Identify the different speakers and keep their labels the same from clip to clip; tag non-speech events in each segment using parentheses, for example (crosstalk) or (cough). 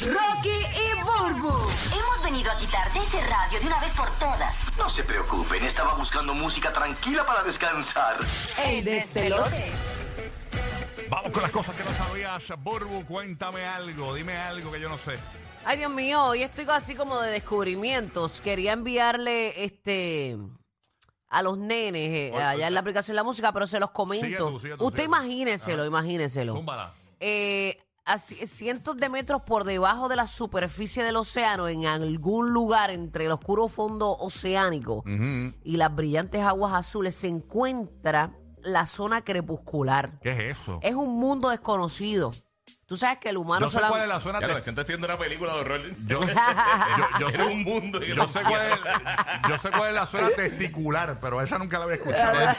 Speaker 1: Rocky y Burbu.
Speaker 2: Hemos venido a quitarte ese radio de una vez por todas.
Speaker 3: No se preocupen, estaba buscando música tranquila para descansar.
Speaker 1: El despelote.
Speaker 4: Vamos con las cosas que no sabías. Burbu, cuéntame algo, dime algo que yo no sé.
Speaker 5: Ay, Dios mío, hoy estoy así como de descubrimientos. Quería enviarle este a los nenes eh,
Speaker 4: Oye,
Speaker 5: allá en
Speaker 4: oye.
Speaker 5: la aplicación de la música, pero se los comento.
Speaker 4: Sigue tú, sigue tú,
Speaker 5: Usted
Speaker 4: sigue tú.
Speaker 5: imagíneselo,
Speaker 4: Ajá.
Speaker 5: imagínenselo.
Speaker 4: Zúmbala.
Speaker 5: Eh, a ci- cientos de metros por debajo de la superficie del océano, en algún lugar entre el oscuro fondo oceánico y las brillantes aguas azules, se encuentra la zona crepuscular.
Speaker 4: ¿Qué es eso?
Speaker 5: Es un mundo desconocido. Tú sabes que el humano
Speaker 4: Yo sé
Speaker 5: solam-
Speaker 4: cuál es la zona
Speaker 6: Ya lo
Speaker 4: te-
Speaker 6: me siento estoy viendo una película de horror. (laughs)
Speaker 4: yo, yo- yo
Speaker 6: Era un
Speaker 4: sé,
Speaker 6: mundo. y
Speaker 4: yo
Speaker 6: lo
Speaker 4: sé
Speaker 6: hacía.
Speaker 4: cuál es, yo sé cuál es la
Speaker 6: (laughs)
Speaker 4: zona testicular, pero esa nunca la había escuchado. ¿eh?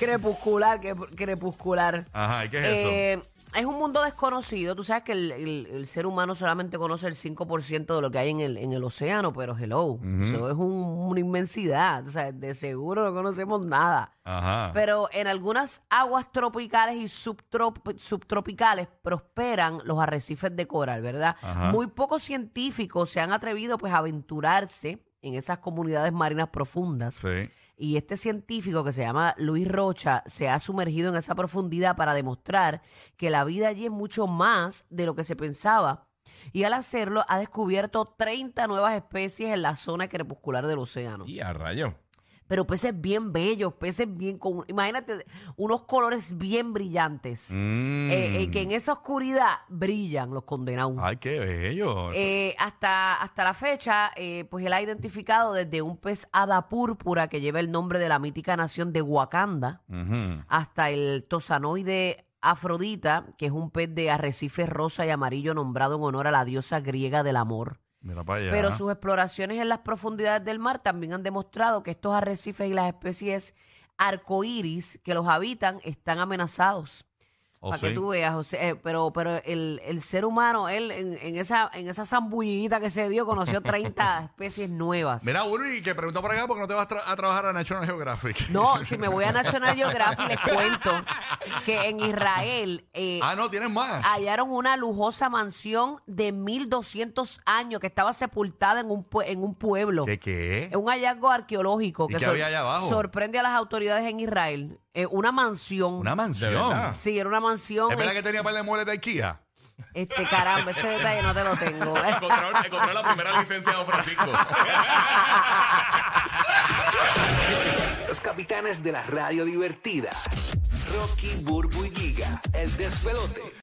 Speaker 5: Crepuscular, crep- crepuscular.
Speaker 4: Ajá, ¿y Ah, qué es eso?
Speaker 5: Eh, es un mundo desconocido. Tú sabes que el, el- el ser humano solamente conoce el 5% de lo que hay en el, en el océano, pero hello, eso es un- una inmensidad. O sea, de seguro no conocemos nada.
Speaker 4: Ajá.
Speaker 5: Pero en algunas aguas tropicales y subtrop- subtropicales prosperan los arrecifes de coral, ¿verdad?
Speaker 4: Ajá.
Speaker 5: Muy pocos científicos se han atrevido pues a aventurarse en esas comunidades marinas profundas.
Speaker 4: Sí.
Speaker 5: Y este científico que se llama Luis Rocha se ha sumergido en esa profundidad para demostrar que la vida allí es mucho más de lo que se pensaba. Y al hacerlo ha descubierto 30 nuevas especies en la zona crepuscular del océano.
Speaker 6: Y a rayo.
Speaker 5: Pero peces bien bellos, peces bien con... Imagínate unos colores bien brillantes.
Speaker 6: Mm.
Speaker 4: Mm.
Speaker 5: eh, eh, que en esa oscuridad brillan los condenados.
Speaker 4: Ay, qué bello.
Speaker 5: Eh, hasta, hasta la fecha, eh, pues él ha identificado desde un pez hada púrpura que lleva el nombre de la mítica nación de Wakanda
Speaker 4: Ujú.
Speaker 5: hasta el tosanoide Afrodita, que es un pez de arrecife rosa y amarillo nombrado en honor a la diosa griega del amor.
Speaker 4: Mira para allá.
Speaker 5: Pero sus exploraciones en las profundidades del mar también han demostrado que estos arrecifes y las especies arcoíris que los habitan están amenazados.
Speaker 4: Oh,
Speaker 5: Para que
Speaker 4: sí.
Speaker 5: tú veas, José, eh, pero, pero el, el ser humano, él en, en esa, en esa zambullidita que se dio,
Speaker 4: (laughs)
Speaker 5: conoció 30 especies nuevas.
Speaker 4: Mira, Uri, que pregunta por acá porque no te vas tra- a trabajar a National Geographic.
Speaker 5: No, si me voy a National Geographic, les cuento que en Israel eh,
Speaker 4: (laughs) Ah, no, tienes más.
Speaker 5: hallaron una lujosa mansión de 1200 años que estaba sepultada en un, pue- en un pueblo.
Speaker 4: ¿Qué qué?
Speaker 5: Es un hallazgo arqueológico
Speaker 4: ¿Y
Speaker 5: que
Speaker 4: qué había allá abajo?
Speaker 5: sorprende a las autoridades en Israel. Eh, una mansión.
Speaker 4: Una
Speaker 6: ¿De
Speaker 4: mansión.
Speaker 6: verdad?
Speaker 5: Sí, era una mansión.
Speaker 4: ¿Es verdad que
Speaker 5: eh,
Speaker 4: tenía par de muebles de IKEA?
Speaker 5: Este caramba, ese detalle no te lo tengo.
Speaker 6: Encontraron, encontraron la
Speaker 5: (laughs)
Speaker 6: primera licencia de
Speaker 4: (laughs)
Speaker 6: Don Francisco.
Speaker 7: Los capitanes de la radio divertida. Rocky, Burbu y Giga. El despelote.